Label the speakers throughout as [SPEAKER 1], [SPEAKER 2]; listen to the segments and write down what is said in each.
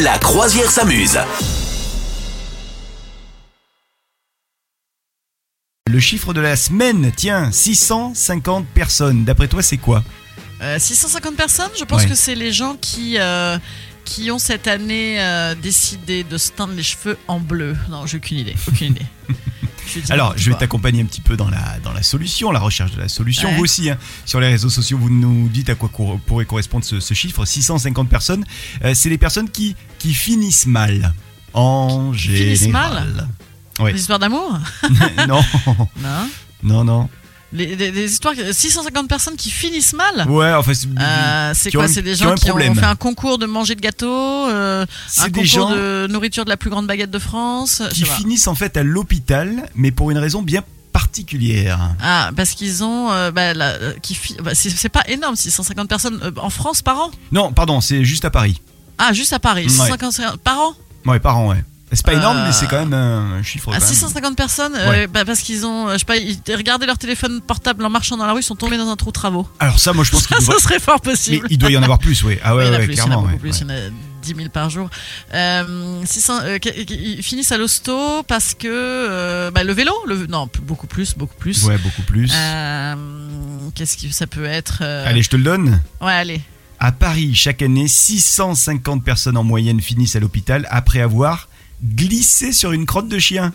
[SPEAKER 1] La croisière s'amuse.
[SPEAKER 2] Le chiffre de la semaine, tiens, 650 personnes. D'après toi, c'est quoi
[SPEAKER 3] Euh, 650 personnes, je pense
[SPEAKER 2] Ouais.
[SPEAKER 3] que c'est les gens qui, euh, qui ont cette année euh, décidé de se teindre les cheveux en bleu. Non, j'ai aucune idée. Aucune idée. Je dis
[SPEAKER 2] Alors,
[SPEAKER 3] n'importe
[SPEAKER 2] je vais
[SPEAKER 3] quoi.
[SPEAKER 2] t'accompagner un petit peu dans la, dans la solution, la recherche de la solution.
[SPEAKER 3] Ouais.
[SPEAKER 2] Vous aussi, hein, sur les réseaux sociaux, vous nous dites à quoi cor- pourrait correspondre ce, ce chiffre. 650 personnes, Euh, c'est les personnes qui, qui finissent mal. En général.
[SPEAKER 3] finissent mal
[SPEAKER 2] Ouais.
[SPEAKER 3] Des histoires d'amour
[SPEAKER 2] non,
[SPEAKER 3] Non.
[SPEAKER 2] non, non.
[SPEAKER 3] Les- des, des histoires. 650 personnes qui finissent mal
[SPEAKER 2] Ouais, enfin, c'est
[SPEAKER 3] Euh, c'est
[SPEAKER 2] qui
[SPEAKER 3] quoi
[SPEAKER 2] ont-
[SPEAKER 3] C'est des
[SPEAKER 2] qui ont
[SPEAKER 3] gens
[SPEAKER 2] un
[SPEAKER 3] qui ont,
[SPEAKER 2] problème.
[SPEAKER 3] fait un concours de manger de gâteau, euh,
[SPEAKER 2] c'est
[SPEAKER 3] un
[SPEAKER 2] des
[SPEAKER 3] concours
[SPEAKER 2] gens
[SPEAKER 3] de nourriture de la plus grande baguette de France. Je
[SPEAKER 2] qui
[SPEAKER 3] sais pas.
[SPEAKER 2] finissent en fait à l'hôpital, mais pour une raison bien particulière.
[SPEAKER 3] Ah, parce qu'ils ont. euh, bah, la- euh, qui fi- bah, c'est c'est pas énorme, 650 personnes euh, en France par an
[SPEAKER 2] Non, pardon, c'est juste à Paris.
[SPEAKER 3] Ah, juste à Paris,
[SPEAKER 2] Ouais.
[SPEAKER 3] 650 par an
[SPEAKER 2] Ouais, par an, ouais. C'est pas énorme,
[SPEAKER 3] Euh,
[SPEAKER 2] mais c'est quand même un chiffre.
[SPEAKER 3] À
[SPEAKER 2] quand même.
[SPEAKER 3] 650 personnes, euh,
[SPEAKER 2] Ouais.
[SPEAKER 3] bah, parce qu'ils ont, euh, je sais pas, ils regardaient leur téléphone portable en marchant dans la rue, ils sont tombés dans un trou de travaux.
[SPEAKER 2] Alors ça, moi, je pense
[SPEAKER 3] Ça,
[SPEAKER 2] qu'il
[SPEAKER 3] ça
[SPEAKER 2] devrait...
[SPEAKER 3] serait fort
[SPEAKER 2] mais
[SPEAKER 3] possible.
[SPEAKER 2] il doit y en avoir plus, oui. Ah ouais,
[SPEAKER 3] il y en a
[SPEAKER 2] ouais,
[SPEAKER 3] plus, il y en a
[SPEAKER 2] clairement.
[SPEAKER 3] beaucoup
[SPEAKER 2] ouais,
[SPEAKER 3] plus,
[SPEAKER 2] ouais.
[SPEAKER 3] il y en a 10 000 par jour. Euh, 600, euh, qu- ils finissent à l'hosto parce que euh, bah, le vélo, le, non, p- beaucoup plus, beaucoup plus.
[SPEAKER 2] Ouais, beaucoup plus.
[SPEAKER 3] Euh, Qu'est-ce que ça peut être euh,
[SPEAKER 2] Allez, je te le donne.
[SPEAKER 3] Ouais, allez.
[SPEAKER 2] À Paris, chaque année, 650 personnes en moyenne finissent à l'hôpital après avoir glissé sur une crotte de chien.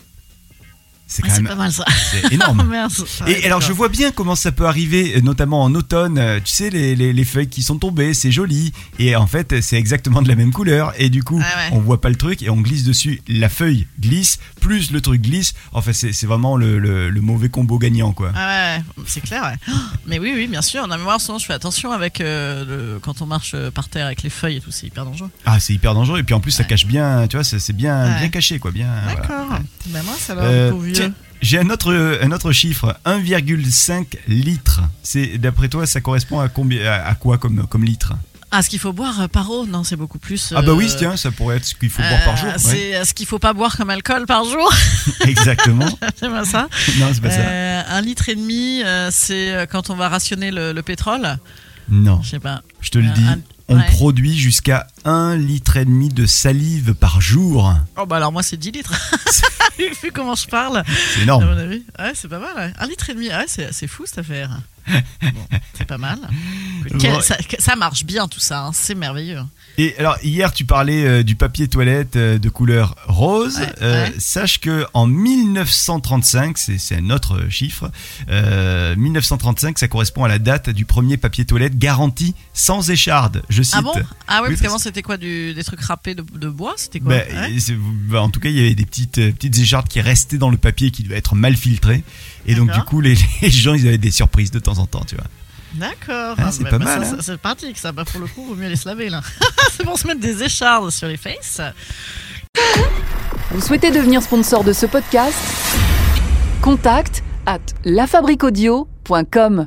[SPEAKER 2] C'est
[SPEAKER 3] Ouais,
[SPEAKER 2] quand
[SPEAKER 3] Ah, c'est
[SPEAKER 2] même
[SPEAKER 3] pas mal ça.
[SPEAKER 2] c'est énorme.
[SPEAKER 3] Merde. Ouais,
[SPEAKER 2] Oh, Et alors je
[SPEAKER 3] d'accord.
[SPEAKER 2] vois bien comment ça peut arriver, euh, notamment en automne, euh, tu sais, les, les- les feuilles qui sont tombées, c'est joli, et en fait c'est exactement de la même couleur, et du coup
[SPEAKER 3] Ouais, Ah ouais.
[SPEAKER 2] on voit pas le truc, et on glisse dessus, la feuille glisse, plus le truc glisse, enfin c'est c'est vraiment le, le- le mauvais combo gagnant quoi.
[SPEAKER 3] Ah ouais, ouais, c'est clair. ouais. Mais oui, oui, bien sûr. Non, mais moi, en ce moment, je fais attention avec euh, le- quand on marche euh, par terre avec les feuilles et tout, c'est hyper dangereux.
[SPEAKER 2] Ah c'est hyper dangereux, et puis en plus ça cache bien, tu vois, c'est c'est bien,
[SPEAKER 3] Ouais.
[SPEAKER 2] bien caché quoi, bien... voilà.
[SPEAKER 3] D'accord. Bah moi, ça va,
[SPEAKER 2] Ah Euh,
[SPEAKER 3] pauvre vieux.
[SPEAKER 2] tiens, J'ai un autre, euh, un autre chiffre, 1,5 litre. C'est d'après toi, ça correspond à combien, à, à quoi comme, comme litre
[SPEAKER 3] Ah, ce qu'il faut boire euh, par eau, non, c'est beaucoup plus.
[SPEAKER 2] Ah bah oui,
[SPEAKER 3] euh,
[SPEAKER 2] tiens, ça pourrait être ce qu'il faut
[SPEAKER 3] euh,
[SPEAKER 2] boire par jour. ouais.
[SPEAKER 3] C'est euh, ce qu'il faut pas boire comme alcool par jour.
[SPEAKER 2] Exactement.
[SPEAKER 3] c'est pas ça.
[SPEAKER 2] Non, c'est pas ça.
[SPEAKER 3] Euh, un litre et demi, euh, c'est euh, quand on va rationner le, le pétrole.
[SPEAKER 2] Non,
[SPEAKER 3] Je sais pas.
[SPEAKER 2] je te le
[SPEAKER 3] un-
[SPEAKER 2] dis,
[SPEAKER 3] un-
[SPEAKER 2] on
[SPEAKER 3] ouais.
[SPEAKER 2] produit jusqu'à 1 litre et demi de salive par jour.
[SPEAKER 3] Oh bah alors moi, c'est 10 litres. Vu comment je parle.
[SPEAKER 2] C'est
[SPEAKER 3] À
[SPEAKER 2] énorme.
[SPEAKER 3] mon avis. Ouais, c'est pas mal. ouais. Un litre et demi, ouais, c'est, c'est fou cette affaire. Bon, c'est pas mal. Ah, Écoute, quel-
[SPEAKER 2] Bon.
[SPEAKER 3] ça, que- ça marche bien tout ça, hein, c'est merveilleux.
[SPEAKER 2] Et alors hier tu parlais euh, du papier toilette euh, de couleur rose.
[SPEAKER 3] Ouais,
[SPEAKER 2] Euh,
[SPEAKER 3] ouais.
[SPEAKER 2] Sache que en 1935, c'est c'est un autre euh, chiffre, euh, 1935 ça correspond à la date du premier papier toilette garanti sans écharde. Je cite.
[SPEAKER 3] Ah bon Ah ouais,
[SPEAKER 2] Oui,
[SPEAKER 3] parce
[SPEAKER 2] parce-
[SPEAKER 3] qu'avant c'était quoi du, Des trucs râpés de, de bois C'était quoi Hein
[SPEAKER 2] Bah,
[SPEAKER 3] Ouais.
[SPEAKER 2] et c'est- bah, en tout cas, il y avait des petites, euh, petites échardes qui restaient dans le papier qui devaient être mal filtrées. Et donc, du
[SPEAKER 3] D'accord.
[SPEAKER 2] coup, les, les gens, ils avaient des surprises de temps en temps, tu vois.
[SPEAKER 3] D'accord.
[SPEAKER 2] Ah, c'est
[SPEAKER 3] Bah,
[SPEAKER 2] pas
[SPEAKER 3] bah,
[SPEAKER 2] mal,
[SPEAKER 3] ça,
[SPEAKER 2] hein.
[SPEAKER 3] ça, c'est pratique ça. Bah, pour le coup, vaut mieux les se laver là. c'est pour se mettre des échardes sur les faces.
[SPEAKER 4] Vous souhaitez devenir sponsor de ce podcast Contact à lafabriquaudio.com.